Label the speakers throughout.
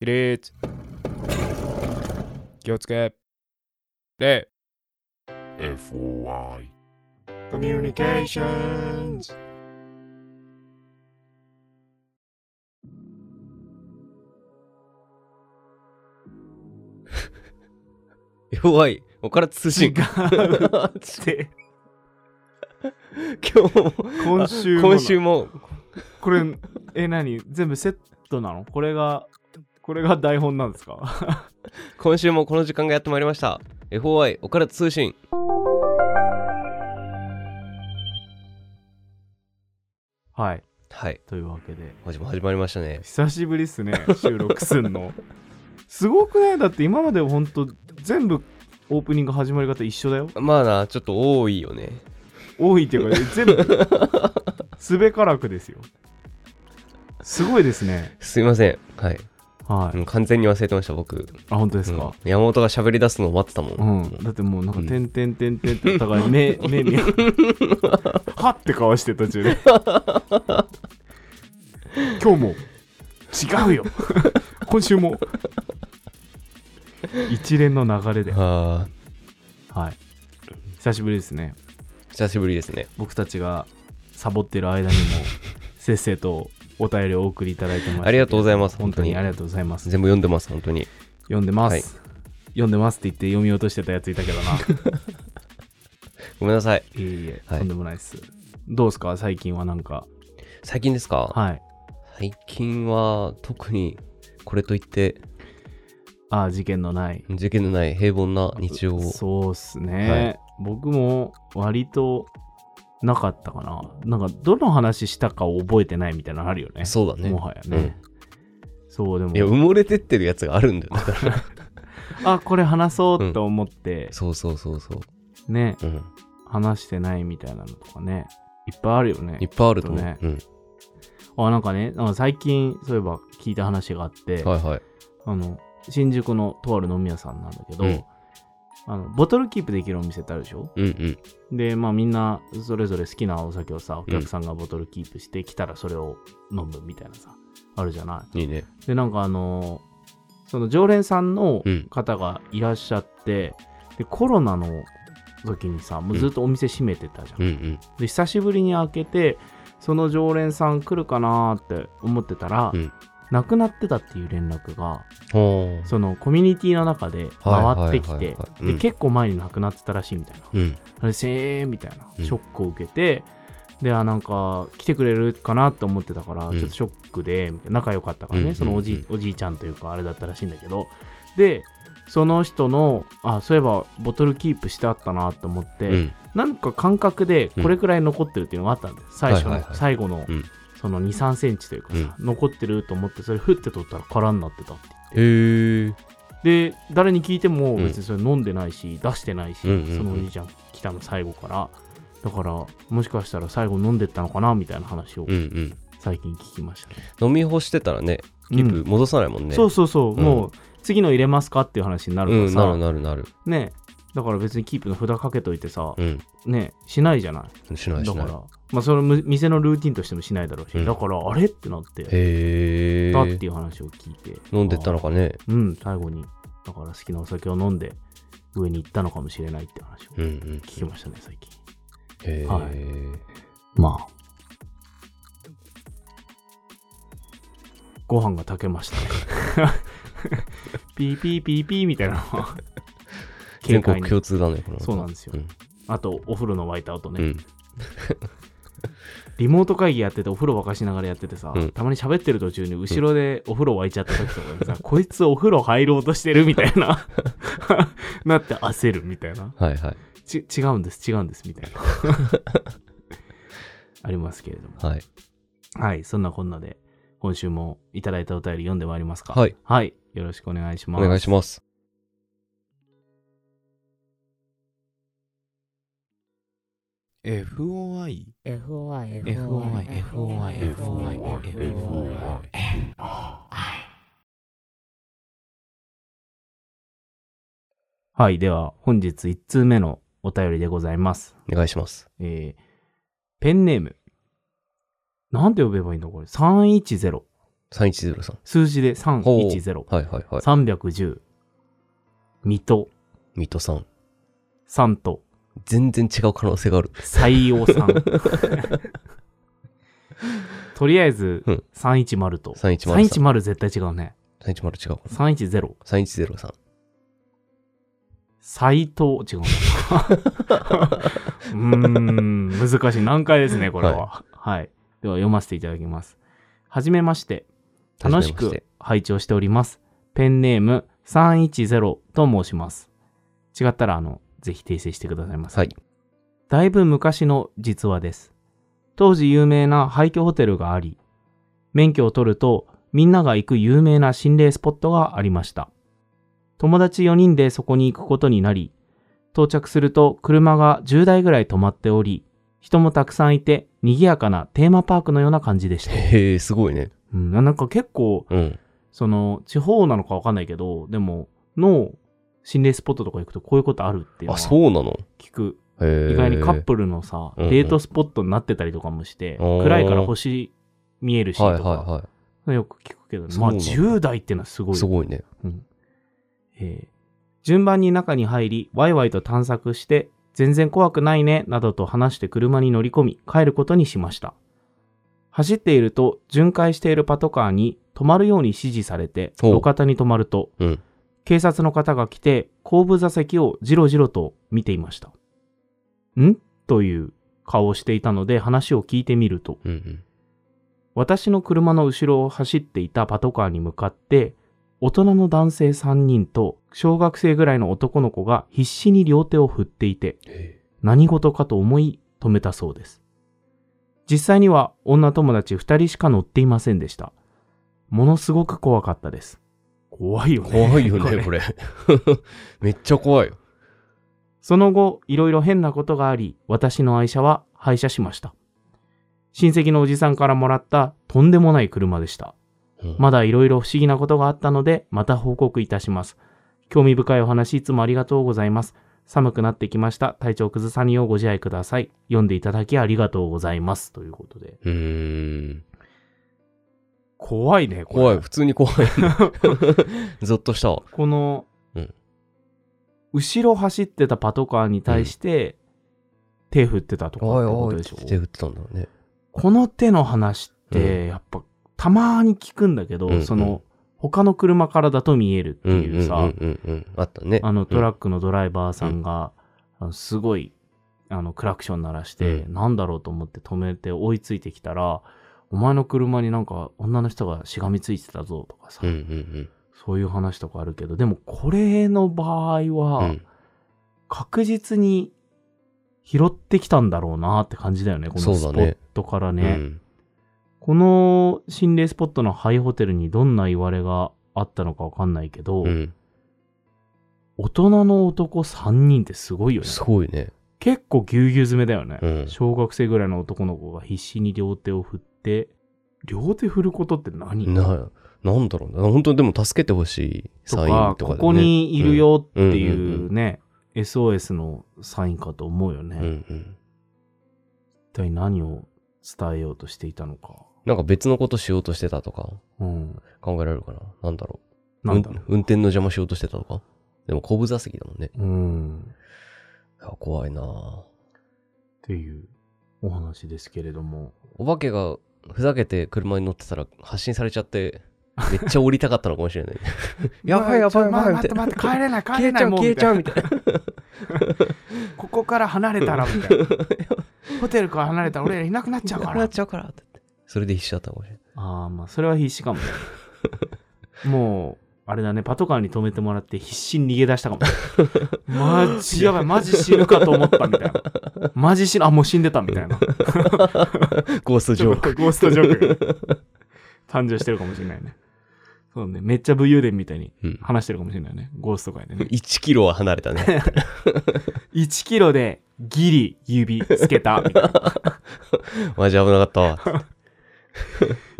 Speaker 1: 起立気をつけ礼
Speaker 2: FOI
Speaker 1: コミュニケーションズ
Speaker 3: 弱い。おから通
Speaker 1: 違
Speaker 3: 信。
Speaker 1: うって
Speaker 3: 今日も、
Speaker 1: 今週も
Speaker 3: 今週も、
Speaker 1: これえ何全部セットなのこれがこれが台本なんですか
Speaker 3: 今週もこの時間がやってまいりました。FOI おから通信。
Speaker 1: はい
Speaker 3: はい。
Speaker 1: というわけで
Speaker 3: 始ま始まりましたね。
Speaker 1: 久しぶりっすね収録すんのすごくねだって今までほんと全部オープニング始まり方一緒だよ
Speaker 3: まあな、ちょっと多いよね。
Speaker 1: 多いっていうか全部すべからくですよすごいですね
Speaker 3: すいません。はい。
Speaker 1: はい、
Speaker 3: もう完全に忘れてました、僕。
Speaker 1: あ本当です
Speaker 3: うん
Speaker 1: か、
Speaker 3: 山本が喋り出すのを待ってたも。
Speaker 1: うんん、だってもうなんか
Speaker 3: うん
Speaker 1: 点点点点ってお互い 目目にはって顔して途中で今日も違うよ今週も一連の流れで
Speaker 3: ああ、
Speaker 1: はい久しぶりですね
Speaker 3: 久しぶりですね。
Speaker 1: 僕たちがサボってる間にもせっせとお便りをお送りいただいてます
Speaker 3: ありがとうございます
Speaker 1: 本当に
Speaker 3: 本当に
Speaker 1: ありがとうございます
Speaker 3: 全部読んでます、本当に。
Speaker 1: 読んでます、
Speaker 3: はい
Speaker 1: 読んでますって言って読み落としてたやついたけどな
Speaker 3: ごめんなさい。
Speaker 1: いえいえ、
Speaker 3: はい
Speaker 1: とんでもないですどうですか最近はなんか
Speaker 3: 最近ですか
Speaker 1: はい
Speaker 3: 最近は特にこれといって
Speaker 1: ああ事件のない
Speaker 3: 事件のない平凡な日常を。
Speaker 1: そうっすね、
Speaker 3: は
Speaker 1: 僕も割となかったかななんかどの話したかを覚えてないみたいなのあるよね
Speaker 3: そうだね。
Speaker 1: もはやね、そうでも
Speaker 3: いや、埋もれてってるやつがあるん だよ。だから
Speaker 1: あこれ話そうと思って、
Speaker 3: そうそうそうそう。
Speaker 1: ね
Speaker 3: うん。
Speaker 1: 話してないみたいなのとかねいっぱいあるよ
Speaker 3: いっ
Speaker 1: ね
Speaker 3: ぱいあると思う。
Speaker 1: ちょっと
Speaker 3: うん。
Speaker 1: あなんかねなんか最近そういえば聞いた話があって、
Speaker 3: はいはい。
Speaker 1: あの新宿のとある飲み屋さんなんだけど、
Speaker 3: うん
Speaker 1: あのボトルキープできるお店ってあるでしょ
Speaker 3: うんうん。
Speaker 1: でまあみんなそれぞれ好きなお酒をさお客さんがボトルキープしてきたらそれを飲むみたいなさあるじゃない
Speaker 3: いいね。
Speaker 1: でなんかあのーその常連さんの
Speaker 3: うん
Speaker 1: 方がいらっしゃって、でコロナの時にさもうずっとお店閉めてたじゃん、
Speaker 3: うんうん。
Speaker 1: で久しぶりに開けてその常連さん来るかなーって思ってたら、
Speaker 3: うん
Speaker 1: 亡くなってたっていう連絡が
Speaker 3: ほ
Speaker 1: そのコミュニティの中で回ってき
Speaker 3: はいはいはい
Speaker 1: て
Speaker 3: はい
Speaker 1: で
Speaker 3: うん
Speaker 1: 結構前に亡くなってたらしいみたいな、
Speaker 3: う。うん。
Speaker 1: あれせーみたいな
Speaker 3: うん
Speaker 1: ショックを受けて、であなんか来てくれるかなと思ってたから、
Speaker 3: うん
Speaker 1: ちょっとショックでみたいな仲良かったからね、
Speaker 3: うん
Speaker 1: そのおじ,、
Speaker 3: うん
Speaker 1: おじいちゃんというかあれだったらしいんだけどでその人のあそういえばボトルキープしてあったなと思って、
Speaker 3: うん。
Speaker 1: なんか感覚で
Speaker 3: うん
Speaker 1: これくらい残ってるっていうのがあったんです、最初の、
Speaker 3: はいはいはい
Speaker 1: 最後の、
Speaker 3: うん
Speaker 1: その23センチというかさ、残ってると思ってそれふって取ったら空になってたって
Speaker 3: へー。
Speaker 1: で誰に聞いても
Speaker 3: うん
Speaker 1: 別にそれ飲んでないし、出してないし、
Speaker 3: うんうんうん
Speaker 1: そのおじいちゃん来たの最後からだからもしかしたら最後飲んでったのかなみたいな話を
Speaker 3: うんうん。
Speaker 1: 最近聞きましたね、
Speaker 3: 飲み干してたらね、キー
Speaker 1: う
Speaker 3: プ戻さないもん
Speaker 1: ん
Speaker 3: ね。
Speaker 1: そうそうそう、
Speaker 3: うん
Speaker 1: もう次の入れますかっていう話になるから
Speaker 3: うん、
Speaker 1: さ、
Speaker 3: なるなるなる。
Speaker 1: ねだから別にキープの札かけといてさ、
Speaker 3: うん。
Speaker 1: ねしないじゃない
Speaker 3: しない
Speaker 1: だ
Speaker 3: し
Speaker 1: から
Speaker 3: ない。
Speaker 1: まあそのむ店のルーティンとしてもしないだろうし、
Speaker 3: うん
Speaker 1: だからあれってなって
Speaker 3: へ
Speaker 1: だって
Speaker 3: ー。
Speaker 1: いう話を聞いて
Speaker 3: 飲んでったのかね。
Speaker 1: うん最後にだから好きなお酒を飲んで上に行ったのかもしれないって話を
Speaker 3: うんうん。
Speaker 1: 聞きましたね、最近。
Speaker 3: へ
Speaker 1: は
Speaker 3: ー。
Speaker 1: まあ。ご飯が炊けましたね。ピーピーピーピーみたいなのは軽
Speaker 3: 全国
Speaker 1: 快に
Speaker 3: 共通だね、この。
Speaker 1: そうなんですよ
Speaker 3: うん。
Speaker 1: あと、お風呂の沸いた音
Speaker 3: う
Speaker 1: ね、
Speaker 3: ん。
Speaker 1: リモート会議やってて、お風呂沸かしながらやっててさ、
Speaker 3: うん
Speaker 1: たまに喋ってる途中に後ろでお風呂沸いちゃった時とかでさ、 こいつお風呂入ろうとしてるみたいな。 なって焦るみたいな。
Speaker 3: はいはい。
Speaker 1: ち違うんです、違うんです、みたい な。ありますけれども。
Speaker 3: はい。
Speaker 1: はい、そんなこんなで、今週もいただいたお便り読んでまいりますか。
Speaker 3: はい。
Speaker 1: はい、よろしくお願いしま
Speaker 3: お
Speaker 1: す。
Speaker 3: 願いします。
Speaker 2: FOI
Speaker 4: FOI
Speaker 2: FOI
Speaker 4: FOI FOI
Speaker 2: FOI
Speaker 1: はい、では、本日1通目のお便りでございます。
Speaker 3: お願いします。
Speaker 1: えー、ペンネーム。なんて呼べばいいんだ、これ。310。
Speaker 3: 3103。
Speaker 1: 数字で
Speaker 3: ほう
Speaker 1: 310、
Speaker 3: はいはいはい。
Speaker 1: 310、水戸、
Speaker 3: 水戸さん。
Speaker 1: さんと、
Speaker 3: 全然違う可能性がある。
Speaker 1: 西尾さん。 とりあえず
Speaker 3: うん、
Speaker 1: 310と。
Speaker 3: 310さん
Speaker 1: 310絶対違うね。
Speaker 3: 310違う。
Speaker 1: 310、
Speaker 3: 3103。
Speaker 1: 斎藤、違うな。うーん、難しい。難解ですね、これは。はい、では読ませていただきます。はじめまして。楽し
Speaker 3: はじめま
Speaker 1: く拝聴しております。ペンネーム310と申します。違ったら、あの、ぜひ訂正してくださいませ。
Speaker 3: はい。
Speaker 1: だいぶ昔の実話です。当時有名な廃墟ホテルがあり、免許を取るとみんなが行く有名な心霊スポットがありました。友達4人でそこに行くことになり、到着すると車が10台ぐらい止まっており、人もたくさんいて賑やかなテーマパークのような感じでした。
Speaker 3: へえ、すごいね。
Speaker 1: うん、なんか結構、
Speaker 3: うん。
Speaker 1: その地方なのかわかんないけど、でも、の心霊スポットとか行くとこういうことあるっていうの
Speaker 3: あ、
Speaker 1: は
Speaker 3: そうなの
Speaker 1: 聞く
Speaker 3: へえ。
Speaker 1: 意外にカップルのさ、
Speaker 3: うんうん
Speaker 1: デートスポットになってたりとかもして、
Speaker 3: おー
Speaker 1: 暗いから星見えるしとか、
Speaker 3: はいは
Speaker 1: よく聞くけどね、
Speaker 3: そう
Speaker 1: まあ
Speaker 3: なんだ
Speaker 1: 10代ってのはす
Speaker 3: いは
Speaker 1: ご
Speaker 3: い。
Speaker 1: い
Speaker 3: す
Speaker 1: よ。
Speaker 3: ごいね。
Speaker 1: うんえー順番に中に入り、ワイワイと探索して、全然怖くないね、などと話して車に乗り込み、帰ることにしました。走っていると、巡回しているパトカーに止まるように指示されて、
Speaker 3: ほう
Speaker 1: 路肩に止まると、
Speaker 3: うん。
Speaker 1: 警察の方が来て後部座席をじろじろと見ていました。んという顔をしていたので話を聞いてみると
Speaker 3: うんうん。
Speaker 1: 私の車の後ろを走っていたパトカーに向かって大人の男性3人と小学生ぐらいの男の子が必死に両手を振っていて
Speaker 3: へ
Speaker 1: 何事かと思い止めたそうです。実際には女友達2人しか乗っていませんでした。ものすごく怖かったです。怖いよ
Speaker 3: え怖いよね、これ。 めっちゃ怖いよ。
Speaker 1: その後、いろいろ変なことがあり、私の愛車は廃車しました。親戚のおじさんからもらったとんでもない車でした。
Speaker 3: うん
Speaker 1: まだいろいろ不思議なことがあったので、また報告いたします。興味深いお話、いつもありがとうございます。寒くなってきました。体調崩さにようご自愛ください。読んでいただきありがとうございます。ということで。
Speaker 3: うーん。
Speaker 1: 怖いね、これ
Speaker 3: 怖い。普通 に怖い。ゾッとしたわ。
Speaker 1: この、
Speaker 3: うん
Speaker 1: 後ろ走ってたパトカーに対して、手振ってたとかってことでしょ
Speaker 3: 手振ってたんだろうね。
Speaker 1: この手の話って、やっぱ、たまに聞くんだけど、
Speaker 3: うんうん
Speaker 1: その、他の車からだと見えるって
Speaker 3: うん
Speaker 1: いうさ、
Speaker 3: うんうんうんうん。あったね。
Speaker 1: あの、ト
Speaker 3: ッ
Speaker 1: ラックのドライバーさんが、あのすごい、あの、クラクション鳴らして、
Speaker 3: う
Speaker 1: なんだろうと思って止めて追いついてきたら、お前の車になんか女の人がしがみついてたぞとかさ、
Speaker 3: うんうん
Speaker 1: そういう話とかあるけど、でもこれの場合
Speaker 3: うん。う
Speaker 1: は
Speaker 3: ん、
Speaker 1: 確実に拾ってきたんだろうなって感じだよね、こ
Speaker 3: そ
Speaker 1: の
Speaker 3: う
Speaker 1: スポ
Speaker 3: だね
Speaker 1: ットから
Speaker 3: う
Speaker 1: ね。
Speaker 3: ん。
Speaker 1: この心霊スポットのハイホテルにどんな言われがあったのかわかんないけど、
Speaker 3: うん。
Speaker 1: 大人の男3人ってすごいよね。
Speaker 3: すごいね。
Speaker 1: 結構ぎゅうぎゅう詰めだよね、
Speaker 3: うん
Speaker 1: 小学生ぐらいの男の子が必死に両手を振って、両手振ることって何
Speaker 3: な、なんだろうな。本当にでも助けてほしい
Speaker 1: と
Speaker 3: サイ
Speaker 1: か
Speaker 3: ンとかだね。
Speaker 1: ここにいるよって
Speaker 3: うんうん
Speaker 1: いううね、SOS のサインかと思うよね。
Speaker 3: うんうん。
Speaker 1: 一体何を伝えようとしていたのか。
Speaker 3: なんか別のことしようとしてたとか
Speaker 1: うん。
Speaker 3: 考えられるかな。なんだろう。
Speaker 1: なんだろ
Speaker 3: うん運転の邪魔しようとしてたとか。でも後部座席だもんね。
Speaker 1: う。うん。
Speaker 3: いや怖いなぁ
Speaker 1: っていうお話ですけれども。
Speaker 3: お化けがふざけて車に乗ってたら発信されちゃって、めっちゃ降りたかったのかもしれない。やばいやばいやばいみ
Speaker 1: 待っ
Speaker 3: たいな。
Speaker 1: て待って帰れない帰
Speaker 3: 消
Speaker 1: れ
Speaker 3: えち
Speaker 1: ない
Speaker 3: ゃう
Speaker 1: もん
Speaker 3: 消えちゃうみたい
Speaker 1: なここから離れたらみた いなホテルから離れたら俺らいなくなっちゃう
Speaker 3: な。
Speaker 1: か
Speaker 3: な
Speaker 1: ら
Speaker 3: っちゃうからって言って。それで必死だったかもしれない。
Speaker 1: ああまあそれは必死かもね もうあれだねパトカーに止めてもらって必死に逃げ出したかもマジやばいマジ死ぬかと思ったみたいなマジ死ぬあもう死んでたみたいな
Speaker 3: ゴーストジョーク。
Speaker 1: ゴーストジョークが誕生してるかもしれないねそうねめっちゃ武勇伝みたいに
Speaker 3: うん
Speaker 1: 話してるかもしれないねゴースト界でね
Speaker 3: 1キロは離れたね。
Speaker 1: 1キロでギリ指つけたみたいな。
Speaker 3: マジ危なか ったわ。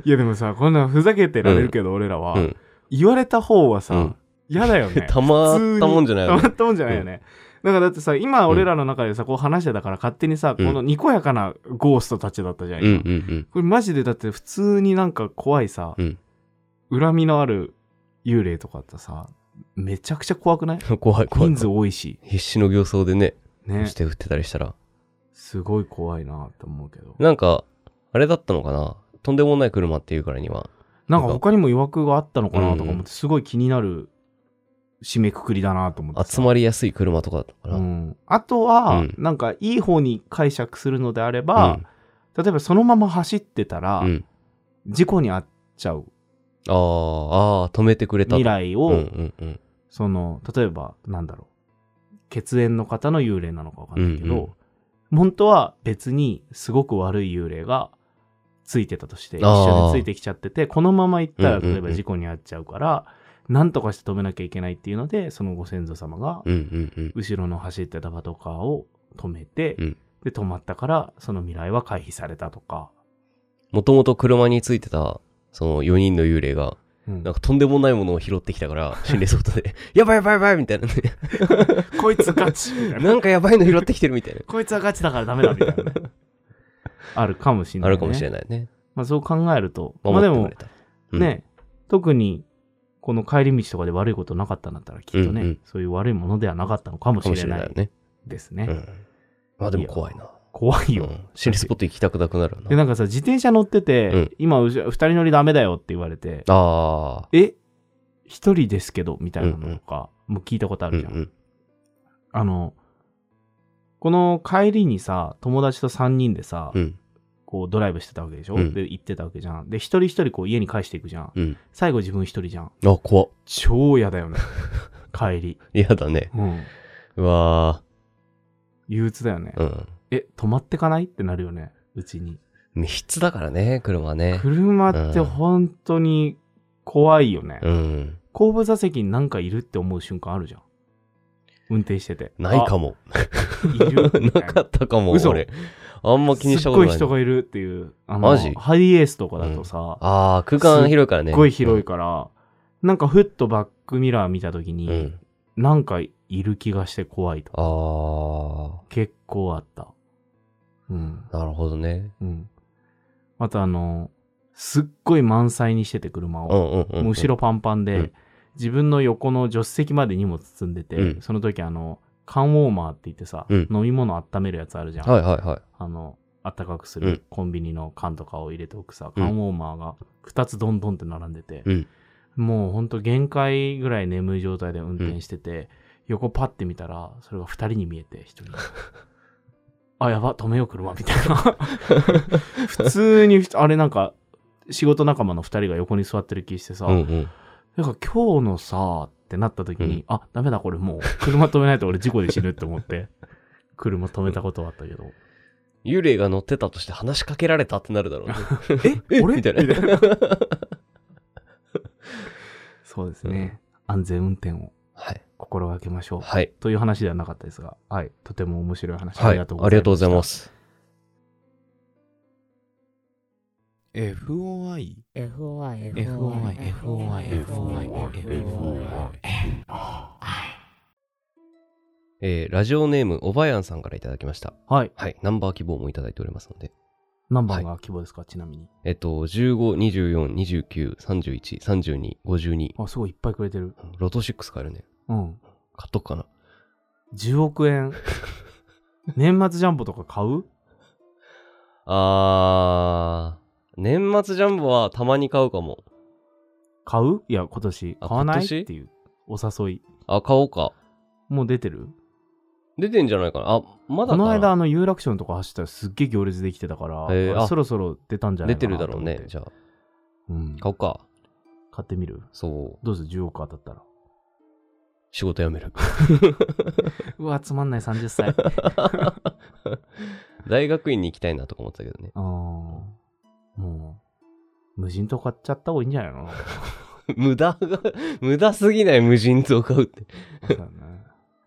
Speaker 1: いやでもさ、こんなんふざけてられるけど、俺らは、
Speaker 3: うん。
Speaker 1: 言われた方は
Speaker 3: う
Speaker 1: さ
Speaker 3: ん、
Speaker 1: 嫌、だよね。
Speaker 3: たまったもんじゃないよ
Speaker 1: た
Speaker 3: ね
Speaker 1: まったもんじゃないよね。だからだってさ、今俺らの中でさ、こう話してたから勝手にさ、
Speaker 3: うん
Speaker 1: このにこやかなゴーストたちだったじゃない、
Speaker 3: うんうんうん。
Speaker 1: これマジでだって普通になんか怖いさ、
Speaker 3: うん
Speaker 1: 恨みのある幽霊とかってさ、めちゃくちゃ怖くない
Speaker 3: 怖い怖い
Speaker 1: 人数多いし。
Speaker 3: 必死の形相でね
Speaker 1: ね
Speaker 3: し。て打ってたりしたら
Speaker 1: すごい怖いなって思うけど。
Speaker 3: なんかあれだったのかなとんでもない車っていうからには
Speaker 1: なんか他にも曰くがあったのかなとか
Speaker 3: うん
Speaker 1: 思
Speaker 3: う
Speaker 1: っ
Speaker 3: ん
Speaker 1: て、すごい気になる締めくくりだなと思ってさ。
Speaker 3: 集まりやすい車とかだったか
Speaker 1: う
Speaker 3: ら
Speaker 1: ん、あとは、
Speaker 3: うん
Speaker 1: なんかいい方に解釈するのであれば、例えばそのまま走ってたら、
Speaker 3: うんうん
Speaker 1: 事故に遭っちゃう
Speaker 3: あーあー止めてくれたと
Speaker 1: 未来を、
Speaker 3: うんうんうん
Speaker 1: その例えばなんだろう血縁の方の幽霊なのかわかんないけど、
Speaker 3: うんうん
Speaker 1: 本当は別にすごく悪い幽霊がついてたとして一
Speaker 3: あー
Speaker 1: 緒についてきちゃっててこのまま行ったら
Speaker 3: うんうんうん
Speaker 1: 例えば事故に遭っちゃうから、なんとかして止めなきゃいけないっていうのでそのご先祖様が
Speaker 3: うんうんうん
Speaker 1: 後ろの走ってたパトカーを止めて、
Speaker 3: うん
Speaker 1: で止まったからその未来は回避されたとか、
Speaker 3: もともと車についてたその4人の幽霊が
Speaker 1: うん
Speaker 3: なんかとんでもないものを拾ってきた から心霊ソフトで「やばいやばいやばい」みたいなね
Speaker 1: こいつガチみた いな
Speaker 3: なんかやばいの拾ってきてるみたいな。
Speaker 1: こいつはガチだからダメだみたいなね、 あるかもしれない、
Speaker 3: あ
Speaker 1: ね、
Speaker 3: るかもしれないね。
Speaker 1: まあ、そう考えると、まあ
Speaker 3: 守
Speaker 1: で
Speaker 3: ってく
Speaker 1: も
Speaker 3: れたら。
Speaker 1: ね、特にこの帰り道とかで悪いことなかったんだったら、きっとね、
Speaker 3: うんうん
Speaker 1: そういう悪いものではなかったのかも
Speaker 3: うん。か
Speaker 1: し
Speaker 3: も
Speaker 1: れ
Speaker 3: しれ
Speaker 1: な
Speaker 3: ない
Speaker 1: い
Speaker 3: ね。
Speaker 1: ですね。
Speaker 3: うん。まあでも怖いな。
Speaker 1: 怖いよ。
Speaker 3: うん心理スポット行きたくなくなる
Speaker 1: で、
Speaker 3: な。
Speaker 1: なんかさ、自転車乗ってて、
Speaker 3: うん
Speaker 1: 今、うし二人乗りダメだよって言われて、
Speaker 3: あ
Speaker 1: え一人ですけどみたいなのとか、もう聞いたことあ
Speaker 3: あ。
Speaker 1: るじゃん。
Speaker 3: うんうん
Speaker 1: あの、この帰りにさ、友達と3人でさ、
Speaker 3: うん
Speaker 1: こうドライブしてたわけでしょ、
Speaker 3: うん
Speaker 1: で、行ってたわけじゃん。で、一人一人こう家に返していくじゃん。
Speaker 3: うん。
Speaker 1: 最後自分一人じゃん。
Speaker 3: あ、怖っ。
Speaker 1: 超嫌だ よね。帰り。
Speaker 3: 嫌だね。
Speaker 1: うん。
Speaker 3: うわ
Speaker 1: 憂鬱だよね。
Speaker 3: ーうん。
Speaker 1: え、止まってかないってなるよね。うちに。
Speaker 3: 密室だからね、車ね。
Speaker 1: 車って本当に怖いよね。
Speaker 3: うん。
Speaker 1: 後部座席になんかいるって思う瞬間あるじゃん。運転してて。
Speaker 3: ないかも。
Speaker 1: あ。いるみた
Speaker 3: ないかったかも、
Speaker 1: 嘘
Speaker 3: 俺。あんま気にし
Speaker 1: す
Speaker 3: た
Speaker 1: っ
Speaker 3: こと
Speaker 1: ごい
Speaker 3: ない。
Speaker 1: 人がいるっていう。あの
Speaker 3: マジ
Speaker 1: ハイエースとかだとさ、
Speaker 3: ああ、空間広いからね。
Speaker 1: すっごい広い
Speaker 3: い。
Speaker 1: から、なんかふっとバックミラー見た時
Speaker 3: う
Speaker 1: に、
Speaker 3: ん。
Speaker 1: なんかいる気がして怖いとか。
Speaker 3: ああ
Speaker 1: 結構あった。うん。
Speaker 3: ー。なるほどね。
Speaker 1: うん。あとあの、すっごい満載にしてて車
Speaker 3: う
Speaker 1: を。
Speaker 3: んうんうんうん。
Speaker 1: もう後ろパンパンで、
Speaker 3: うん
Speaker 1: 自分の横の助手席まで荷物積んでて、
Speaker 3: うん
Speaker 1: その時あの、缶ウォーマーって言ってさ、
Speaker 3: うん
Speaker 1: 飲み物温めるやつあるじゃん。
Speaker 3: はいはいはい。
Speaker 1: あの、あったかくす
Speaker 3: う
Speaker 1: る
Speaker 3: ん
Speaker 1: コンビニの缶とかを入れておくさ、
Speaker 3: うん
Speaker 1: 缶ウォーマーが2つどんどんって並んでて、
Speaker 3: うん
Speaker 1: もうほんと限界ぐらい眠い状態で運転してて、横パッて見たら、それが2人に見えて、1人。 あ、やば、止めよう、車、みたいな。 普通に、あれなんか、仕事仲間の2人が横に座ってる気してさ、
Speaker 3: うんうん。
Speaker 1: なんか今日のさ、ってなった時に、あ、ダメだ、これもう、車止めないと俺事故で死ぬって思って、車止めたことはあった けど。
Speaker 3: 幽霊が乗ってたとして話しかけられたってなるだろ うね。
Speaker 1: え俺
Speaker 3: みたいな。
Speaker 1: そうですね。安全運転を
Speaker 3: はい。
Speaker 1: 心がけましょう。
Speaker 3: はい。
Speaker 1: という話ではなかったですが、はい。とても面白い話、
Speaker 3: はい。あ
Speaker 1: あ
Speaker 3: り
Speaker 1: り
Speaker 3: が
Speaker 1: が
Speaker 3: と
Speaker 1: と
Speaker 3: うご
Speaker 1: うござ
Speaker 3: ざい
Speaker 1: い
Speaker 3: ま
Speaker 1: ます。
Speaker 3: す。
Speaker 2: FOI
Speaker 4: FOI
Speaker 2: FOI
Speaker 4: FOI
Speaker 2: FOI FOI FOI
Speaker 3: えーラジオネーム、おばやんさんからいただきました。
Speaker 1: はい。
Speaker 3: はい。ナンバー希望もいただいておりますので。
Speaker 1: 何番が希望ですか、ちなみに。
Speaker 3: えっと、15、24、29、31、32、52。
Speaker 1: あ、すごいいっぱいくれてる。
Speaker 3: ロト6買えるね。
Speaker 1: うん。
Speaker 3: 買っとくかな。
Speaker 1: 10億 円。年末ジャンボとか買う
Speaker 3: あー、年末ジャンボはたまに買うかも。
Speaker 1: 買ういや、今年。
Speaker 3: あ
Speaker 1: 買わない
Speaker 3: 今
Speaker 1: って
Speaker 3: 年
Speaker 1: いうお誘い。
Speaker 3: あ、買おうか。
Speaker 1: もう出てる
Speaker 3: 出てんじゃないかな。あ、ま
Speaker 1: こ
Speaker 3: だかな。
Speaker 1: の間、あの、有楽町のとこ走ったらすっげえ行列できてたから、
Speaker 3: へえ
Speaker 1: あ
Speaker 3: あ
Speaker 1: そろそろ出たんじゃな
Speaker 3: 出
Speaker 1: い
Speaker 3: て
Speaker 1: かな
Speaker 3: るだ
Speaker 1: と
Speaker 3: ろう
Speaker 1: 思って
Speaker 3: ね。じゃあ、
Speaker 1: うん。
Speaker 3: 買おうか。
Speaker 1: 買ってみる
Speaker 3: そう。
Speaker 1: どうする ?10 億当たったら。
Speaker 3: 仕事辞める。
Speaker 1: うわ、つまんない30歳。
Speaker 3: 大学院に行きたいなとか思ってたけどね。
Speaker 1: あーもう、無人島買っちゃった方がいいんじゃないの
Speaker 3: 無駄が、 無駄すぎない無人島買うって。
Speaker 1: そうだよね。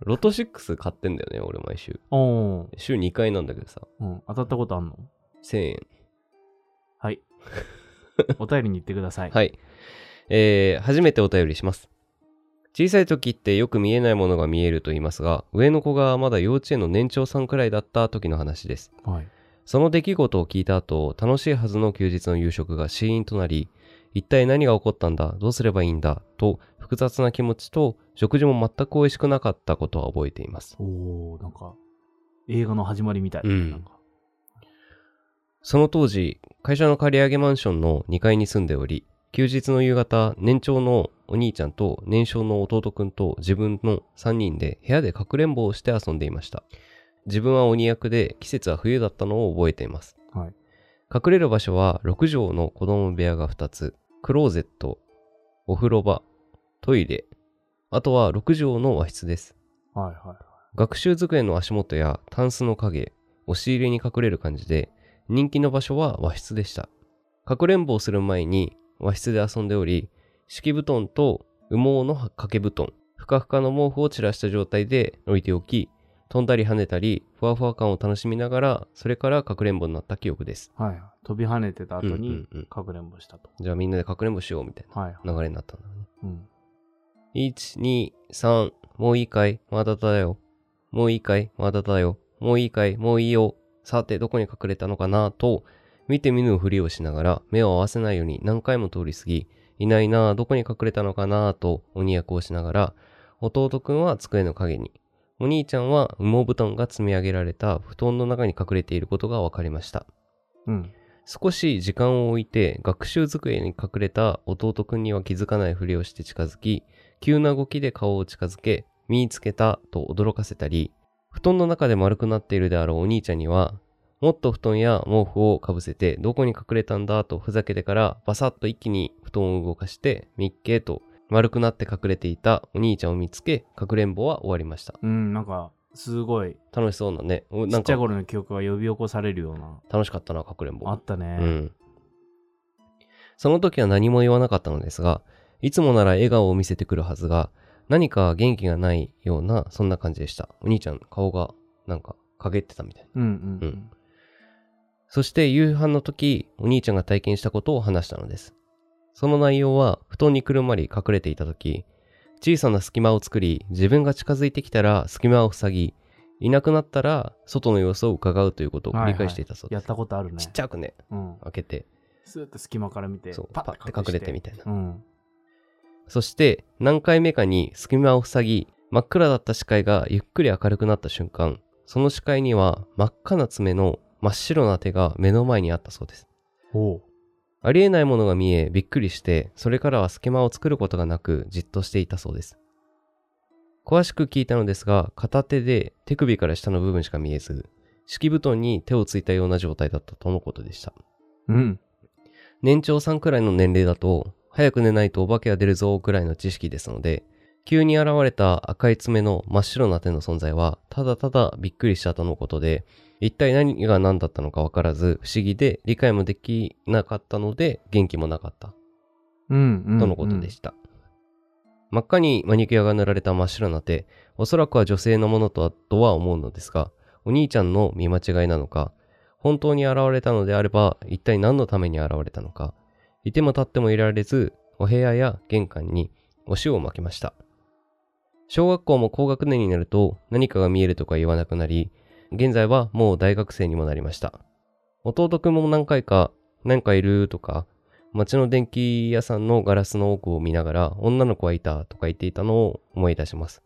Speaker 3: ロト6買ってんだよね、俺毎週。
Speaker 1: おー
Speaker 3: 週2回なんだけどさ、
Speaker 1: うん、当たったことあんの
Speaker 3: 1000円。
Speaker 1: はい。 お便りに行ってください。
Speaker 3: はい。えー、初めてお便りします。小さい時ってよく見えないものが見えると言いますが、上の子がまだ幼稚園の年長さんくらいだった時の話です。
Speaker 1: はい。
Speaker 3: その出来事を聞いた後、楽しいはずの休日の夕食がシーンとなり、一体何が起こったんだどうすればいいんだと複雑な気持ちと食事も全く美味しくなかったことは覚えています
Speaker 1: おー、なんか、映画の始まりみたい。
Speaker 3: うん
Speaker 1: なんか
Speaker 3: その当時会社の借り上げマンションの2階に住んでおり休日の夕方年長のお兄ちゃんと年少の弟くんと自分の3人で部屋でかくれんぼをして遊んでいました自分は鬼役で季節は冬だったのを覚えています、
Speaker 1: はい
Speaker 3: 隠れる場所は6畳の子供部屋が2つクローゼットお風呂場トイレあとは6畳の和室です
Speaker 1: はいはい。
Speaker 3: 学習机の足元やタンスの影押し入れに隠れる感じで人気の場所は和室でしたかくれんぼをする前に和室で遊んでおり敷布団と羽毛の掛け布団ふかふかの毛布を散らした状態で置いておき飛んだり跳ねたりふわふわ感を楽しみながらそれからかくれんぼになった記憶です
Speaker 1: はいはい。飛び跳ねてた後
Speaker 3: うん
Speaker 1: に
Speaker 3: うんうん、
Speaker 1: かくれんぼしたと。
Speaker 3: じゃあみんなでかくれんぼしようみたい
Speaker 1: はいはい。
Speaker 3: な流れになったんだろうね
Speaker 1: うん。
Speaker 3: 123もういいかいまだだよもういいかいまだだよもういいかいもういいよさてどこに隠れたのかなと見て見ぬふりをしながら目を合わせないように何回も通り過ぎいないなあどこに隠れたのかなあと鬼役をしながら弟くんは机の陰にお兄ちゃんは羽毛布団が積み上げられた布団の中に隠れていることが分かりました
Speaker 1: うん。
Speaker 3: 少し時間を置いて学習机に隠れた弟くんには気づかないふりをして近づき急な動きで顔を近づけ見つけたと驚かせたり布団の中で丸くなっているであろうお兄ちゃんにはもっと布団や毛布をかぶせてどこに隠れたんだとふざけてからバサッと一気に布団を動かしてみっけと丸くなって隠れていたお兄ちゃんを見つけかくれんぼは終わりました
Speaker 1: うん、なんか、すごい、
Speaker 3: 楽しそうなねお
Speaker 1: ち
Speaker 3: な
Speaker 1: っ
Speaker 3: ん
Speaker 1: ちゃい
Speaker 3: か
Speaker 1: 頃の記憶が呼び起こされるような。
Speaker 3: 楽しかったなかくれんぼ
Speaker 1: あったね。
Speaker 3: うん。その時は何も言わなかったのですが、いつもなら笑顔を見せてくるはずが、何か元気がないような、そんな感じでした。お兄ちゃん、顔が、なんか、陰ってたみたいな。
Speaker 1: うんう
Speaker 3: うんんそして夕飯の時、お兄ちゃんが体験したことを話したのです。その内容は、布団にくるまり隠れていた時、小さな隙間を作り、自分が近づいてきたら隙間を塞ぎ、いなくなったら外の様子を伺うということを繰り返していたそうで
Speaker 1: や
Speaker 3: す。
Speaker 1: ったことあるね。
Speaker 3: ちっちゃくね、
Speaker 1: うん。
Speaker 3: 開けて、
Speaker 1: スーッと隙間から見て、
Speaker 3: そう、パッて隠れてみたいな
Speaker 1: う。ん。
Speaker 3: そして何回目かに隙間を塞ぎ真っ暗だった視界がゆっくり明るくなった瞬間その視界には真っ赤な爪の真っ白な手が目の前にあったそうです
Speaker 1: おう。
Speaker 3: ありえないものが見えびっくりしてそれからは隙間を作ることがなくじっとしていたそうです詳しく聞いたのですが片手で手首から下の部分しか見えず敷布団に手をついたような状態だったとのことでした
Speaker 1: うん。
Speaker 3: 年長さんくらいの年齢だと早く寝ないとお化けが出るぞくらいの知識ですので急に現れた赤い爪の真っ白な手の存在はただただびっくりしたとのことで一体何が何だったのか分からず不思議で理解もできなかったので元気もなかった
Speaker 1: うん。うん
Speaker 3: とのことでした、真っ赤にマニキュアが塗られた真っ白な手おそらくは女性のものとはとは思うのですがお兄ちゃんの見間違いなのか本当に現れたのであれば一体何のために現れたのかいても立ってもいられずお部屋や玄関にお塩をまきました小学校も高学年になると何かが見えるとか言わなくなり現在はもう大学生にもなりました弟くんも何回か何かいるとか街の電気屋さんのガラスの奥を見ながら女の子はいたとか言っていたのを思い出します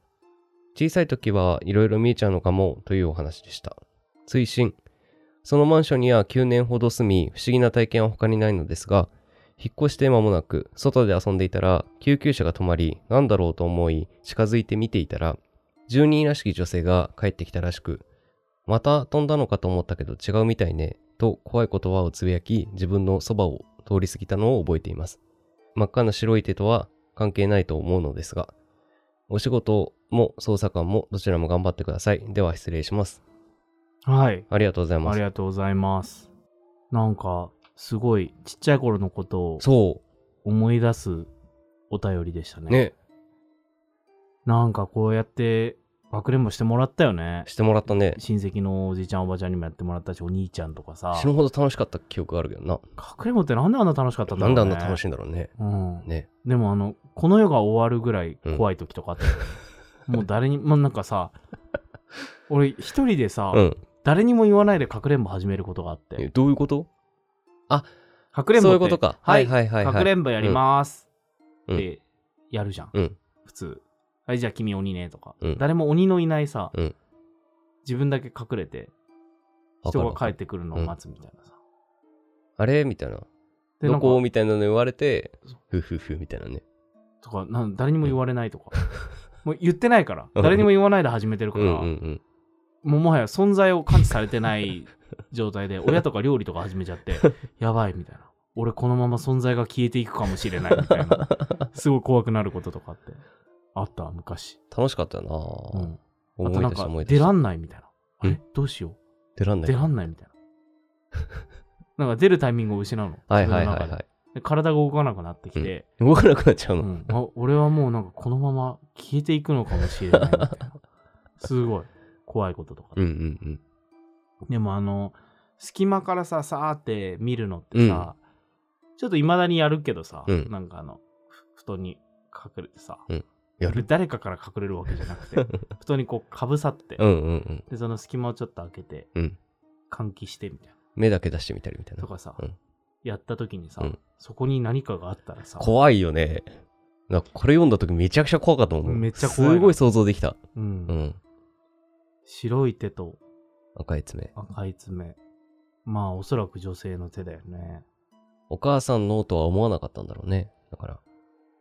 Speaker 3: 小さい時はいろいろ見えちゃうのかもというお話でした追伸そのマンションには9年ほど住み不思議な体験は他にないのですが引っ越して間もなく外で遊んでいたら救急車が止まり何だろうと思い近づいて見ていたら住人らしき女性が帰ってきたらしくまた飛んだのかと思ったけど違うみたいねと怖い言葉をつぶやき自分のそばを通り過ぎたのを覚えています真っ赤な白い手とは関係ないと思うのですがお仕事も捜査官もどちらも頑張ってくださいでは失礼します
Speaker 1: はい。
Speaker 3: ありがとうございま
Speaker 1: あり
Speaker 3: す
Speaker 1: がとうございます。なんか、すごい、ちっちゃい頃のことを
Speaker 3: そ
Speaker 1: 思い出すお便りでした
Speaker 3: う
Speaker 1: ね。
Speaker 3: ね
Speaker 1: なんかこうやって、かくれんぼしてもらったよね。
Speaker 3: してもらったね
Speaker 1: 親戚のおじいちゃん、おばちゃんにもやってもらったし、お兄ちゃんとかさ
Speaker 3: 死。ぬほど楽しかった記憶があるけどな
Speaker 1: かくれんぼってなんであんな楽しかったんだ
Speaker 3: な
Speaker 1: ろうんね。
Speaker 3: であんな楽しいんだろうね
Speaker 1: うん。
Speaker 3: ね
Speaker 1: でもあの、この世が終わるぐらい怖い時とかあったよ、もう誰に、もなんか さ、俺一人でさ、
Speaker 3: うん
Speaker 1: 誰にも言わないでかくれんぼ始めることがあって。
Speaker 3: えどういうことあ
Speaker 1: かくれんぼ
Speaker 3: そうい
Speaker 1: っ
Speaker 3: う
Speaker 1: て
Speaker 3: ことか。
Speaker 1: は
Speaker 3: はいいはいはいはい。
Speaker 1: かくれんぼやります
Speaker 3: うん
Speaker 1: ってやるじゃん、
Speaker 3: うん
Speaker 1: 普通はいじゃあ君鬼ねとか、
Speaker 3: うん
Speaker 1: 誰も鬼のいないさ、
Speaker 3: うん
Speaker 1: 自分だけ隠れて
Speaker 3: わか
Speaker 1: 人
Speaker 3: るわ
Speaker 1: が
Speaker 3: か
Speaker 1: 帰
Speaker 3: る
Speaker 1: ってくるのを待つみたいなさ、
Speaker 3: あれみたいな。
Speaker 1: でな
Speaker 3: ど
Speaker 1: んか
Speaker 3: こみたいなの言われて、ふふふみたいなね。
Speaker 1: とかなん誰にも言われないと か、もう言ってないから
Speaker 3: うん
Speaker 1: 誰にも言わないで始めてるか
Speaker 3: う
Speaker 1: ら、
Speaker 3: んうんうん。
Speaker 1: もうもはや存在を感知されてない状態で親とか料理とか始めちゃって やばいみたいな俺このまま存在が消えていくかもしれないみたい なすごい怖くなることとかってあった昔、
Speaker 3: 楽しかったよな、
Speaker 1: うん、あと
Speaker 3: 思
Speaker 1: ないん
Speaker 3: 出した
Speaker 1: か
Speaker 3: 思い出
Speaker 1: 出
Speaker 3: した。
Speaker 1: らんないみたいなあ
Speaker 3: うん
Speaker 1: れどうしよ
Speaker 3: 出らん
Speaker 1: う
Speaker 3: ない。
Speaker 1: 出らんないみたいな なんか出るタイミングを失うの
Speaker 3: はいは
Speaker 1: 自
Speaker 3: いはい
Speaker 1: 分の中
Speaker 3: は
Speaker 1: で
Speaker 3: い。
Speaker 1: で体が動かなくなってきて、
Speaker 3: 動かなくなっちゃう
Speaker 1: う
Speaker 3: の。
Speaker 1: んあ俺はもうなんかこのまま消えていくのかもしれないみたいなすごい怖いこととか
Speaker 3: うんうんうん。
Speaker 1: でもあの隙間からささーって見るのってさ、ちょっといまだにやるけどさ、
Speaker 3: うん
Speaker 1: なんかあのふ布団に隠れてさ、
Speaker 3: やる。
Speaker 1: 誰かから隠れるわけじゃなく て布団にこうかぶさって、
Speaker 3: うんうんうん。
Speaker 1: でその隙間をちょっと開けて、
Speaker 3: うん
Speaker 1: 換気してみたい
Speaker 3: 目だけ出してみたりみたい
Speaker 1: な
Speaker 3: な
Speaker 1: と。かさ、
Speaker 3: うん
Speaker 1: やった時にさ、
Speaker 3: うん
Speaker 1: そこに何かがあったらさ、
Speaker 3: 怖いよね。なんかこれ読んだ時めちゃくちゃ怖かったもん。
Speaker 1: めっちゃ怖いな
Speaker 3: すごい想像できた。
Speaker 1: うん
Speaker 3: うん。
Speaker 1: 白い手と
Speaker 3: 赤い爪。
Speaker 1: 赤い爪まあおそらく女性の手だよね
Speaker 3: お母さんのとは思わなかったんだろうね。だから。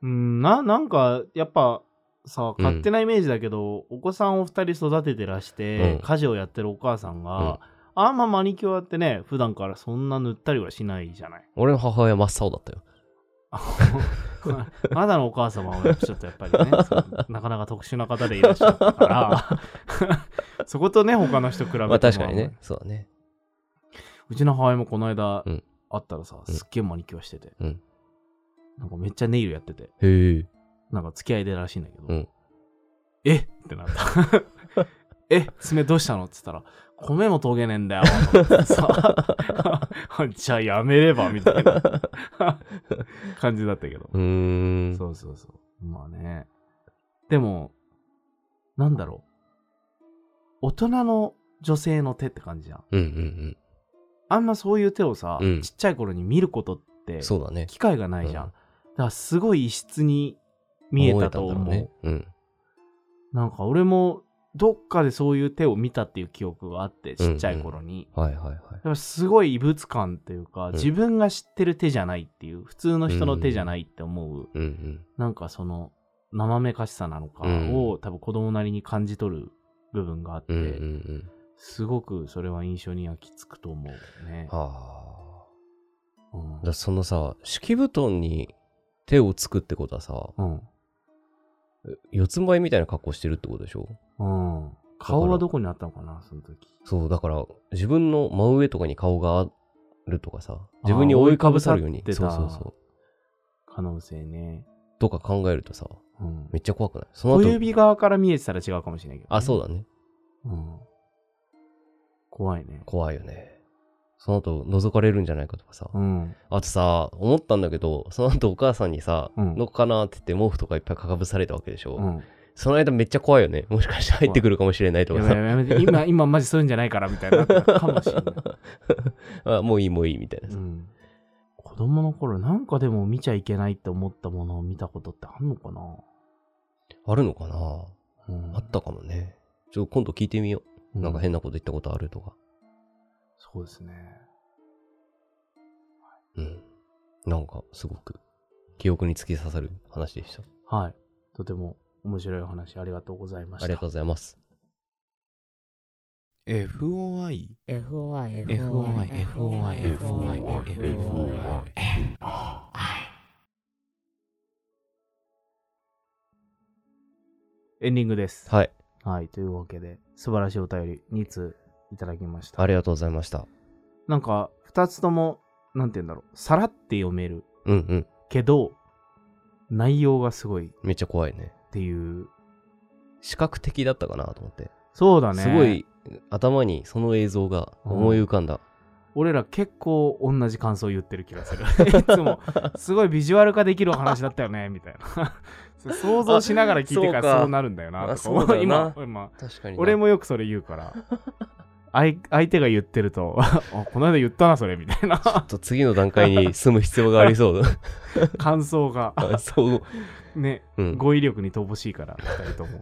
Speaker 1: うん、ななんかやっぱさ
Speaker 3: うん
Speaker 1: 勝手なイメージだけど、お子さんを2人育ててらして、
Speaker 3: うん
Speaker 1: 家事をやってるお母さんが、あんまマニキュアってね普段からそんな塗ったりはしないじゃない
Speaker 3: 俺の母親真っ青だったよ。
Speaker 1: まだのお母様はちょっとやっぱりねそうなかなか特殊な方でいらっしゃったから そことね他の人比べても
Speaker 3: まあ確かにね。そうだね。
Speaker 1: うちの母親もこの間、
Speaker 3: うん
Speaker 1: 会ったらさ
Speaker 3: うん
Speaker 1: すっげえマニキュアしてて、
Speaker 3: うん
Speaker 1: なんかめっちゃネイルやってて
Speaker 3: へえ。
Speaker 1: なんか付き合いでらしいんだけど、
Speaker 3: うん
Speaker 1: えってなった。 え爪どうしたのって言ったら、米も研げねえんだよ。と思ってさ じゃあやめればみたいな 感じだったけど。
Speaker 3: うーん。
Speaker 1: そうそうそう。まあね。でも、なんだろう。大人の女性の手って感じじゃん。
Speaker 3: うんうん
Speaker 1: あんまそういう手をさ、
Speaker 3: うん
Speaker 1: ちっちゃい頃に見ることって
Speaker 3: うん。、そうだね。
Speaker 1: 機会がないじゃん。
Speaker 3: うん
Speaker 1: だからすごい異質に見えたと思
Speaker 3: 思
Speaker 1: う。
Speaker 3: えたんだろうね。
Speaker 1: なんか俺もどっかでそういう手を見たっていう記憶があって
Speaker 3: うんう
Speaker 1: ち
Speaker 3: ん
Speaker 1: っちゃい頃に、
Speaker 3: うん。はいはいはい。
Speaker 1: だからすごい異物感というか、
Speaker 3: ん
Speaker 1: 自分が知ってる手じゃないっていう普通の人の手じゃないって思う、
Speaker 3: うんうん。
Speaker 1: なんかその生めかしさなのかを、
Speaker 3: うん
Speaker 1: 多分子供なりに感じ取る部分があって、
Speaker 3: うんうんうん。
Speaker 1: すごくそれは印象に焼き付くと思うね。
Speaker 3: は
Speaker 1: う
Speaker 3: あ。だ
Speaker 1: ん
Speaker 3: からそのさ、敷布団に手をつくってことはさ、四つん這いみたいな格好してるってことでしょ
Speaker 1: うんうん顔はどこにあったのかなその時
Speaker 3: そう、だから自分の真上とかに顔があるとかさ、自分に覆いかぶさるように
Speaker 1: あ。ー覆い
Speaker 3: そ
Speaker 1: かぶさって
Speaker 3: う
Speaker 1: た
Speaker 3: そうそう。
Speaker 1: 可能性ね。
Speaker 3: とか考えるとさ、
Speaker 1: うん
Speaker 3: めっちゃ怖くないその
Speaker 1: 小
Speaker 3: 後
Speaker 1: 指側から見えてたら違うかもしれないけど、
Speaker 3: あ、そう
Speaker 1: だ
Speaker 3: だね。
Speaker 1: うん怖いね。
Speaker 3: 怖いよね。その後、覗かれるんじゃないかとかさ。
Speaker 1: うん。
Speaker 3: あとさ、思ったんだけど、その後お母さんにさ、
Speaker 1: うん
Speaker 3: のっかなって言って毛布とかいっぱいかかぶされたわけでしょ。
Speaker 1: うん、
Speaker 3: その間めっちゃ怖いよね。もしかして入ってくるかもしれないと
Speaker 1: や
Speaker 3: か
Speaker 1: めて
Speaker 3: さ。
Speaker 1: やめて、 今、今マジそういうんじゃないからみたいになったかもしれない。
Speaker 3: あもういいもういいみたいな
Speaker 1: う
Speaker 3: さ。
Speaker 1: ん、子供の頃、なんかでも見ちゃいけないって思ったものを見たことってあんのかな、
Speaker 3: あるのかな
Speaker 1: うん、
Speaker 3: あったかもね。ちょっと今度聞いてみよう。なんか変なこと言ったことあるとか。
Speaker 1: そうですね。
Speaker 3: うん。なんかすごく記憶に突き刺さる話でした。
Speaker 1: はい。とても面白いお話ありがとうございました。
Speaker 3: ありがとうございます。
Speaker 2: FOI
Speaker 4: FOI
Speaker 2: FOI
Speaker 4: FOI
Speaker 2: FOI FOI
Speaker 1: エンディングです。
Speaker 3: はい。
Speaker 1: はい。というわけで、素晴らしいお便り2通いただきました。
Speaker 3: ありがとうございました。
Speaker 1: なんか、2つとも、なんて言うんだろう、さらって読める
Speaker 3: うんうん。
Speaker 1: けど、内容がすごいっ
Speaker 3: めっちゃ怖いね。
Speaker 1: ていう。
Speaker 3: 視覚的だったかなと思って。
Speaker 1: そうだね。
Speaker 3: すごい頭にその映像が思い浮かんだ。
Speaker 1: 俺ら結構同じ感想言ってる気がする いつもすごいビジュアル化できるお話だったよねみたいな そう想像しながら聞いてか
Speaker 3: あそう
Speaker 1: ら
Speaker 3: か
Speaker 1: そうなるんだよな
Speaker 3: あ
Speaker 1: とか
Speaker 3: そうだよ
Speaker 1: 今
Speaker 3: な
Speaker 1: 今
Speaker 3: 確かにな
Speaker 1: 俺。もよくそれ言うから相相手が言ってると あこの間言ったなそれみたいな
Speaker 3: と次の段階に進む必要があり そう
Speaker 1: 感想が
Speaker 3: だ。そう。
Speaker 1: ね、
Speaker 3: うん。
Speaker 1: 語彙力に乏しいから2人とも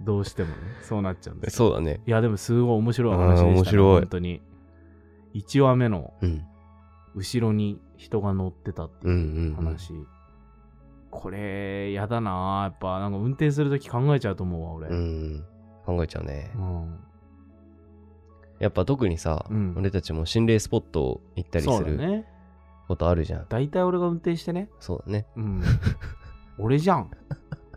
Speaker 1: どうしてもねそうなっちゃうんです
Speaker 3: そうだね。
Speaker 1: いやでもすごい面白い話でした、ね、
Speaker 3: あー面白い
Speaker 1: 本当に1話目の
Speaker 3: うん。
Speaker 1: 後ろに人が乗ってたって
Speaker 3: うん
Speaker 1: いう
Speaker 3: うんうん
Speaker 1: 話、これやだなあやっぱなんか運転するとき考えちゃうと思うわ俺
Speaker 3: うん。考えちゃうね
Speaker 1: う。ん
Speaker 3: やっぱ特にさ、
Speaker 1: うん
Speaker 3: 俺たちも心霊スポット行ったり
Speaker 1: そ
Speaker 3: す
Speaker 1: うだ
Speaker 3: る
Speaker 1: ね
Speaker 3: ことあるじゃん。
Speaker 1: 大体俺が運転してね
Speaker 3: そうだね。
Speaker 1: うん 俺じゃん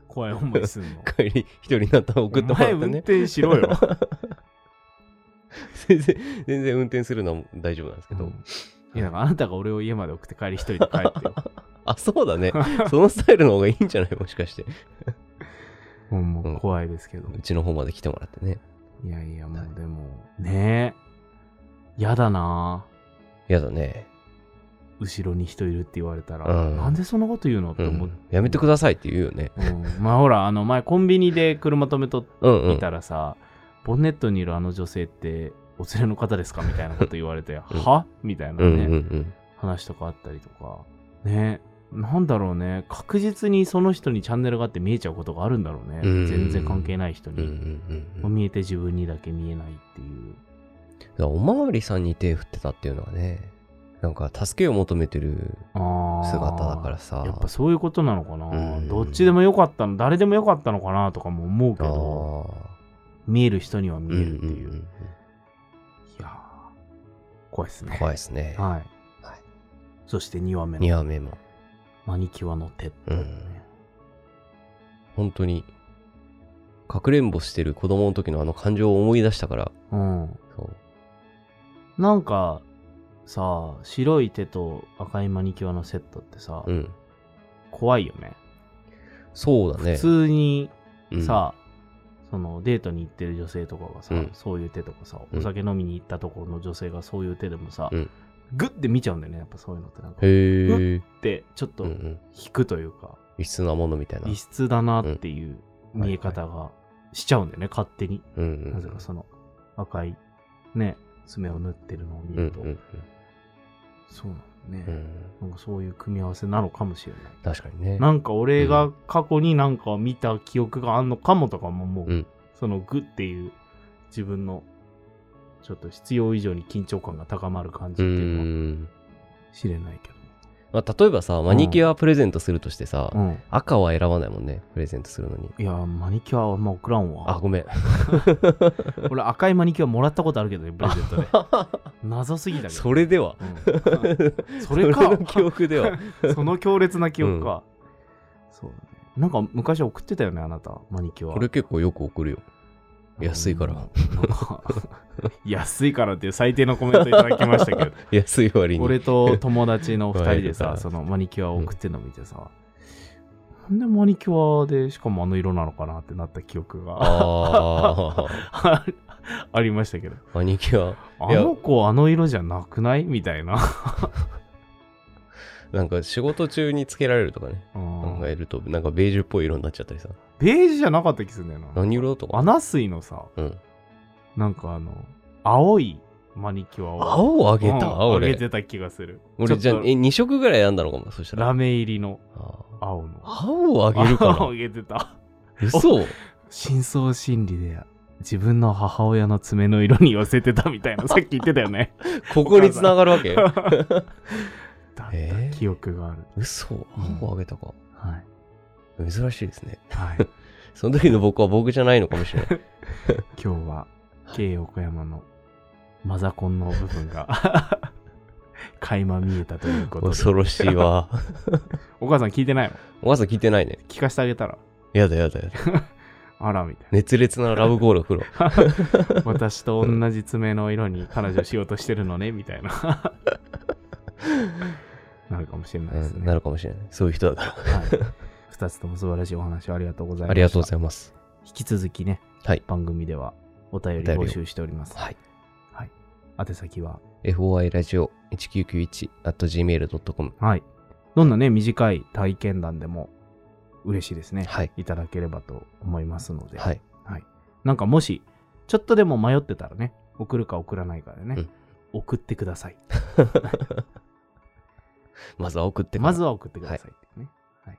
Speaker 1: 怖い思いすんの
Speaker 3: 帰り一人になったら 送ってもらった
Speaker 1: お前運
Speaker 3: ね。
Speaker 1: 転しろよ
Speaker 3: 全然、全然運転するのは大丈夫なんですけど。
Speaker 1: うんいやだからあなたが俺を家まで送って帰り一人で帰って よ
Speaker 3: あ、そうだね。 そのスタイルの方がいいんじゃない もしかして。
Speaker 1: もうも
Speaker 3: う
Speaker 1: うん怖いですけど、
Speaker 3: うちの方まで来てもらってね。
Speaker 1: いやいやもうでもねえやだなあ
Speaker 3: やだね。
Speaker 1: 後ろに人いるって言われたら、
Speaker 3: うん
Speaker 1: なんでそんなこと言うのっ
Speaker 3: う
Speaker 1: て思っ
Speaker 3: ん。やめてくださいって言うよね。
Speaker 1: うんまあほら、あの前コンビニで車止めと
Speaker 3: うんうん。
Speaker 1: いたらさ、ボンネットにいるあの女性ってお連れの方 ですかみたいなこと言われて、はみたいな
Speaker 3: うん
Speaker 1: ね、
Speaker 3: うんうん。
Speaker 1: 話とかあったりとか、ね、なんだろうね、確実にその人にチャンネルがあって見えちゃうことがあるんだろうね、
Speaker 3: うん
Speaker 1: 全然関係ない人
Speaker 3: うんうん
Speaker 1: に。
Speaker 3: うんうん。だか
Speaker 1: 見えて自分にだけ見えないっていう。
Speaker 3: らおまわりさんに手振ってたっていうのはね、なんか助けを求めてる
Speaker 1: あー
Speaker 3: 姿だからさ。
Speaker 1: やっぱそういうことなのかな、
Speaker 3: うん
Speaker 1: どっちでもよかったの誰でもよかったのかなとかも思うけ
Speaker 3: あ
Speaker 1: ど
Speaker 3: ー
Speaker 1: 見える人には見えるっていう,、
Speaker 3: んんん
Speaker 1: いやー怖いっすね。
Speaker 3: 怖い
Speaker 1: い。
Speaker 3: ですね。
Speaker 1: はい。
Speaker 3: はい
Speaker 1: そして2話目
Speaker 3: 2
Speaker 1: の
Speaker 3: 話目も。
Speaker 1: マニキュアの手っていうね、
Speaker 3: 本当に、かくれんぼしてる子供の時のあの感情を思い出したから、
Speaker 1: うん。
Speaker 3: そう。
Speaker 1: なんか、さ、白い手と赤いマニキュアのセットってさ、
Speaker 3: うん。
Speaker 1: 怖いよね。
Speaker 3: そうだね。
Speaker 1: 普通に
Speaker 3: うん、
Speaker 1: さ、そのデートに行ってる女性とかがさ、
Speaker 3: うん
Speaker 1: そういう手とかさ、
Speaker 3: うん
Speaker 1: お酒飲みに行ったところの女性がそういう手でもさ、
Speaker 3: うん
Speaker 1: グッて見ちゃうんだよね、やっぱそういうのってなんか。
Speaker 3: へえ。
Speaker 1: で、ちょっと
Speaker 3: うんう
Speaker 1: 引
Speaker 3: ん。
Speaker 1: くというか、
Speaker 3: 異質なものみたいな。
Speaker 1: 異質だなっていう
Speaker 3: うんはい
Speaker 1: 見え方がしちゃうんだよね、勝手に。
Speaker 3: うんうん。
Speaker 1: なぜかその赤いね、爪を縫ってるのを見
Speaker 3: うんう
Speaker 1: る
Speaker 3: ん
Speaker 1: と。
Speaker 3: うん
Speaker 1: そうなん
Speaker 3: う
Speaker 1: だね。
Speaker 3: ん。
Speaker 1: なんかそういう組み合わせなのかもしれない。
Speaker 3: 確かにね。
Speaker 1: なんか俺が過去になんか見た記憶があんのかもとかももう、
Speaker 3: うん
Speaker 1: そのグっていう自分のちょっと必要以上に緊張感が高まる感じ
Speaker 3: う
Speaker 1: っていうのか
Speaker 3: ん。
Speaker 1: もしれないけど。
Speaker 3: まあ、例えばさ、マニキュアプレゼントするとしてさ、
Speaker 1: うん。
Speaker 3: 赤は選ばないもんね、プレゼントするのに。
Speaker 1: いやー、マニキュアはあんま送らんわ。
Speaker 3: あ、ごめん。
Speaker 1: 俺赤いマニキュアもらったことあるけどね、プレゼントで。謎すぎたけど。
Speaker 3: それでは。
Speaker 1: うん それか
Speaker 3: 俺の記憶 では。
Speaker 1: その強烈な記憶か。そうだね。なんか昔送ってたよね、あなた、マニキュア。
Speaker 3: 俺結構よく送るよ。安いから
Speaker 1: うん。なんか 安いからっていう最低のコメントいただきました けど、
Speaker 3: 安い割に。
Speaker 1: 俺と友達の2人で
Speaker 3: ワイルド
Speaker 1: さ、
Speaker 3: だ
Speaker 1: そのマニキュアを送ってんの見てさ、なんでマニキュアでしかもあの色なのかなってなった記憶 が
Speaker 3: あ あ。
Speaker 1: ありましたけど、
Speaker 3: マニキュア。
Speaker 1: あの子あの色じゃなくないみたい な。
Speaker 3: なんか仕事中につけられるとかね。
Speaker 1: うん
Speaker 3: 考えると、なんかベージュっぽい色になっちゃったりさ。
Speaker 1: ベージュじゃなかった気すんだよな。
Speaker 3: 何色と
Speaker 1: ア
Speaker 3: か。
Speaker 1: ナスイのさ、
Speaker 3: うん。
Speaker 1: なんかあの、青いマニキュアを。
Speaker 3: 青をあげた、
Speaker 1: うんあげ
Speaker 3: 俺。
Speaker 1: てた気がする。
Speaker 3: 俺じゃ
Speaker 1: ちょ
Speaker 3: あ、
Speaker 1: っと
Speaker 3: え、2色ぐらい選んだのかも。そしたら。
Speaker 1: ラメ入りの
Speaker 3: あー
Speaker 1: 青の。
Speaker 3: 青をあげるか
Speaker 1: 青
Speaker 3: ら
Speaker 1: あ。げてた。
Speaker 3: 嘘
Speaker 1: 深層心理で自分の母親の爪の色に寄せてたみた いな、さっき言ってたよね。
Speaker 3: ここに繋がるわけ
Speaker 1: だった
Speaker 3: えー
Speaker 1: 記憶がある。
Speaker 3: 嘘青をあげたか。
Speaker 1: はい。
Speaker 3: 珍しいですね。
Speaker 1: はい。
Speaker 3: その時の僕は僕じゃないのかもしれ ない。
Speaker 1: 今日は、K 横山のマザコンの部分が 垣間見えたということで。
Speaker 3: 恐ろしいわ。
Speaker 1: お母さん聞いてないの
Speaker 3: お母さん聞いてないね。
Speaker 1: 聞かせてあげたら、
Speaker 3: やだやだやだ。
Speaker 1: あらみたいな。
Speaker 3: 熱烈なラブゴールが 来るわ。
Speaker 1: 私と同じ爪の色に彼女しようとしてるのねみたいな なるかもしれないです
Speaker 3: うん
Speaker 1: ね、
Speaker 3: なるかもしれない。そういう人だか
Speaker 1: はい、2つとも素晴らしいお話をありがとうございまし
Speaker 3: ら。
Speaker 1: た
Speaker 3: ありがとうございます。
Speaker 1: 引き続きね、
Speaker 3: はい
Speaker 1: 番組ではお便り
Speaker 3: お便りを
Speaker 1: 募集しております
Speaker 3: はい。
Speaker 1: 宛先は
Speaker 3: foi ラジオ1991 at gmail.com。
Speaker 1: はいどんなね短い体験談でも嬉しいですね、
Speaker 3: はい。
Speaker 1: い、ただければと思いますので、
Speaker 3: はい。
Speaker 1: はいなんかもしちょっとでも迷ってたらね送るか送らないかでね、
Speaker 3: うん
Speaker 1: 送ってください
Speaker 3: まずは送ってから
Speaker 1: まずは送ってくださいっていうね、はい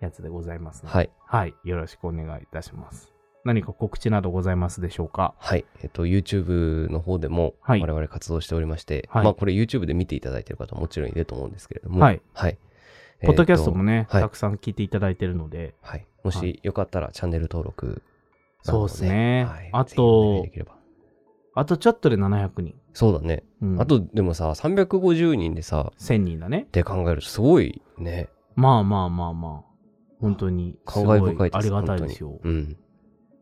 Speaker 1: やつでございますので
Speaker 3: はい。
Speaker 1: はい、よろしくお願いいたします何か告知などございますでしょうか
Speaker 3: はい。えっと、YouTube の方でも、
Speaker 1: はい
Speaker 3: 我々活動しておりまして、
Speaker 1: はい
Speaker 3: まあ、これ YouTube で見ていただいてる方ももちろんいると思うんですけれども、
Speaker 1: はい。
Speaker 3: はい。
Speaker 1: ポッドキャストも
Speaker 3: ね。
Speaker 1: ね、
Speaker 3: はい
Speaker 1: たくさん聞いていただいてるので、
Speaker 3: はい。も
Speaker 1: は
Speaker 3: しよかったら、チャンネル登録な
Speaker 1: そ
Speaker 3: ど
Speaker 1: う
Speaker 3: を、
Speaker 1: ですね。
Speaker 3: はい
Speaker 1: あ
Speaker 3: ぜひお願い
Speaker 1: と
Speaker 3: で、きれば
Speaker 1: あとちょっとで700人。
Speaker 3: そうだね。
Speaker 1: うん
Speaker 3: あと、でもさ、350人でさ、っ
Speaker 1: 1000人だね。
Speaker 3: て考えると、すごいね、
Speaker 1: まあまあまあまあ。本当に、す
Speaker 3: 感
Speaker 1: ご
Speaker 3: 慨
Speaker 1: い
Speaker 3: 深いです。
Speaker 1: ありがたいですよ
Speaker 3: 本。当にうん。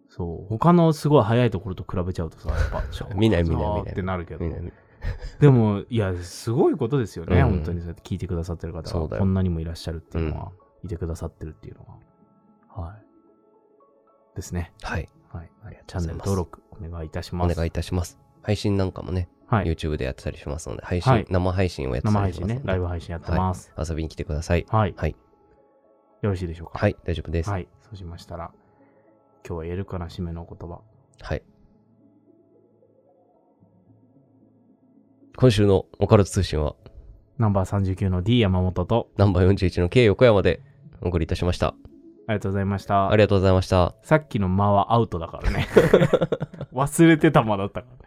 Speaker 1: そう。他のすごい早いところと比べちゃうとさ、やっぱ、ちょ
Speaker 3: 見ない見ない見ない
Speaker 1: あーってなるけど
Speaker 3: みん。な
Speaker 1: でも、いや、すごいことですよね。
Speaker 3: うん
Speaker 1: 本当にそうやって聞いてくださってる方
Speaker 3: そうだ
Speaker 1: が、
Speaker 3: よ
Speaker 1: こんなにもいらっしゃるっていうのは、いてくださってるっていうのは。はい。ですね。
Speaker 3: はい。
Speaker 1: はい
Speaker 3: りが。
Speaker 1: チャンネ
Speaker 3: とうござい
Speaker 1: ル
Speaker 3: ます
Speaker 1: 登録お願いいたし
Speaker 3: お
Speaker 1: ます。
Speaker 3: 願いいたします。配信なんかもね、
Speaker 1: はい。
Speaker 3: YouTube でやってたりしますので、配信、
Speaker 1: はい
Speaker 3: 生配信をやって
Speaker 1: 生
Speaker 3: たり
Speaker 1: 配
Speaker 3: し
Speaker 1: 信
Speaker 3: ますの
Speaker 1: ね
Speaker 3: で、、
Speaker 1: ライブ配信やってます。
Speaker 3: 遊びに来てください。
Speaker 1: はい。
Speaker 3: はい。
Speaker 1: よろしいでしょうか。
Speaker 3: はい、大丈夫です。
Speaker 1: はい。そうしましたら、今日は言えるかな、締めの言葉。
Speaker 3: はい。今週のオカルト通信は、
Speaker 1: ナンバー39の D 山本と、
Speaker 3: ナンバー41の K 横山でお送りいたしました。
Speaker 1: ありがとうございました
Speaker 3: あ。りがとうございました。
Speaker 1: さっきの間はアウトだからね。忘れてた間だったから。